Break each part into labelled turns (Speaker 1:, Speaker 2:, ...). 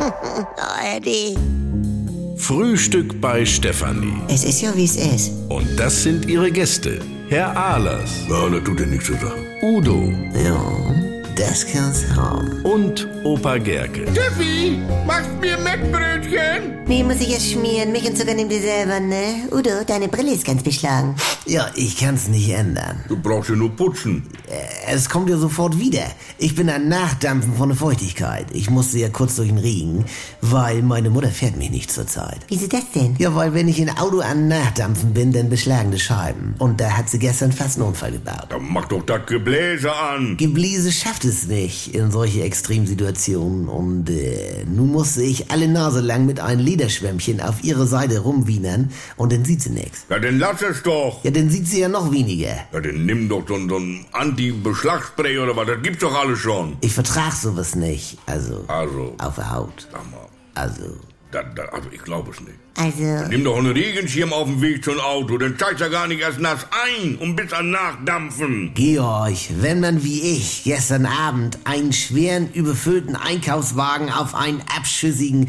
Speaker 1: oh, Eddie.
Speaker 2: Frühstück bei Stefanie.
Speaker 1: Es ist ja, wie es ist.
Speaker 2: Und das sind ihre Gäste. Herr Ahlers,
Speaker 3: Ja, das tut dir nichts zu sagen.
Speaker 2: Udo
Speaker 1: Ja, das kann's haben.
Speaker 2: und Opa Gerke.
Speaker 4: Tiffy, machst mir Mettbrötchen?
Speaker 1: Nee, muss ich jetzt schmieren. Milch und Zucker nimm dir selber, ne? Udo, deine Brille ist ganz beschlagen.
Speaker 5: Ja, ich kann's nicht ändern.
Speaker 3: Du brauchst ja nur putzen.
Speaker 5: Es kommt ja sofort wieder. Ich bin ein Nachdampfen von der Feuchtigkeit. Ich musste ja kurz durch den Regen, weil meine Mutter fährt mich nicht zurzeit.
Speaker 1: Wieso das denn?
Speaker 5: Ja, weil wenn ich in Auto an Nachdampfen bin, dann beschlagen die Scheiben. Und da hat sie gestern fast einen Unfall gebaut.
Speaker 3: Dann mach doch das Gebläse an.
Speaker 5: Gebläse schafft es nicht in solche Extremsituationen und äh, nun musste ich alle Nase lang mit einem Lederschwämmchen auf ihre Seite rumwienern und dann sieht sie nichts.
Speaker 3: Ja, dann lass es doch.
Speaker 5: Ja, dann sieht sie ja noch weniger.
Speaker 3: Ja, dann nimm doch so, so ein Anti-Beschlagspray oder was. Das gibt's doch alles schon.
Speaker 5: Ich vertrag sowas nicht. Also,
Speaker 3: Also,
Speaker 5: auf der Haut.
Speaker 3: sag mal,
Speaker 5: Also,
Speaker 3: da, da, also ich glaube es nicht.
Speaker 1: Also,
Speaker 3: Nimm doch einen Regenschirm auf dem Weg zum Auto. Dann steigst du ja gar nicht erst nass ein und bist am Nachdampfen.
Speaker 5: Georg, wenn man wie ich gestern Abend einen schweren, überfüllten Einkaufswagen auf einen abschüssigen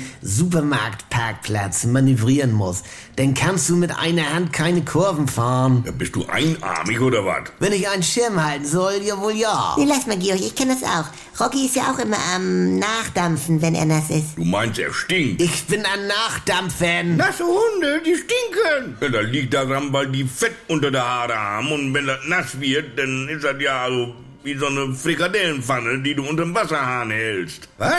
Speaker 5: Supermarktparkplatz manövrieren muss, dann kannst du mit einer Hand keine Kurven fahren.
Speaker 3: Ja, bist du einarmig oder was?
Speaker 5: Wenn ich einen Schirm halten soll, jawohl ja.
Speaker 1: nee, lass mal, Georg, ich kenn das auch. Rocky ist ja auch immer am Nachdampfen, wenn er nass ist.
Speaker 3: Du meinst, er stinkt.
Speaker 5: Ich bin ein Nachdampfen.
Speaker 3: Nasse Hunde, die stinken. Ja, das liegt daran, weil die Fett unter der Haare haben. Und wenn das nass wird, dann ist das ja also wie so eine Frikadellenpfanne, die du unter dem Wasserhahn hältst. Was?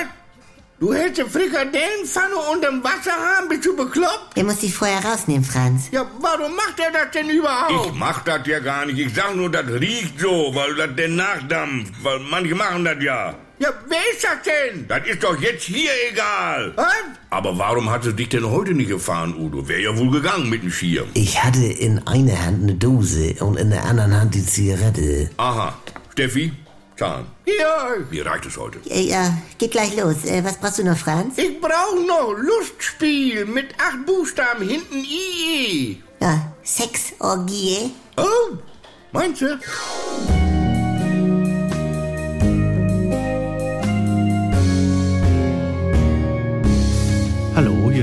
Speaker 3: Du hältst eine Frikadellenpfanne unter dem Wasserhahn? Bist du bekloppt?
Speaker 1: Der muss die vorher rausnehmen, Franz.
Speaker 4: Ja, warum macht er das denn überhaupt?
Speaker 3: Ich mach das ja gar nicht. Ich sag nur, das riecht so, weil das denn nachdampft. Weil manche machen das ja.
Speaker 4: Ja, wer ist das denn?
Speaker 3: Das ist doch jetzt hier egal.
Speaker 4: Was?
Speaker 3: Aber warum hat es dich denn heute nicht gefahren, Udo? Wär ja wohl gegangen mit dem Schirm.
Speaker 5: Ich hatte in einer Hand eine Dose und in der anderen Hand die Zigarette.
Speaker 3: Aha. Steffi, Zahn.
Speaker 4: Georg,
Speaker 3: Mir reicht es heute.
Speaker 1: Äh, Ja, geht gleich los. Äh, was brauchst du noch, Franz?
Speaker 4: ich brauch noch Lustspiel mit acht Buchstaben hinten IE.
Speaker 1: Ja, Sexorgie.
Speaker 4: Oh, meinst du?
Speaker 6: Hallo, hier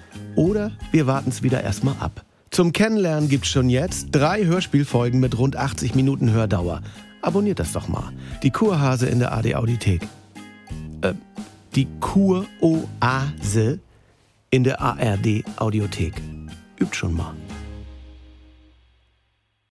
Speaker 6: Oder wir warten es wieder erstmal ab. Zum Kennenlernen gibt's schon jetzt drei Hörspielfolgen mit rund 80 Minuten Hördauer. Abonniert das doch mal. Die Kurhase in der AD Audiothek. Äh, die Kuroase in der ARD Audiothek. Übt schon mal.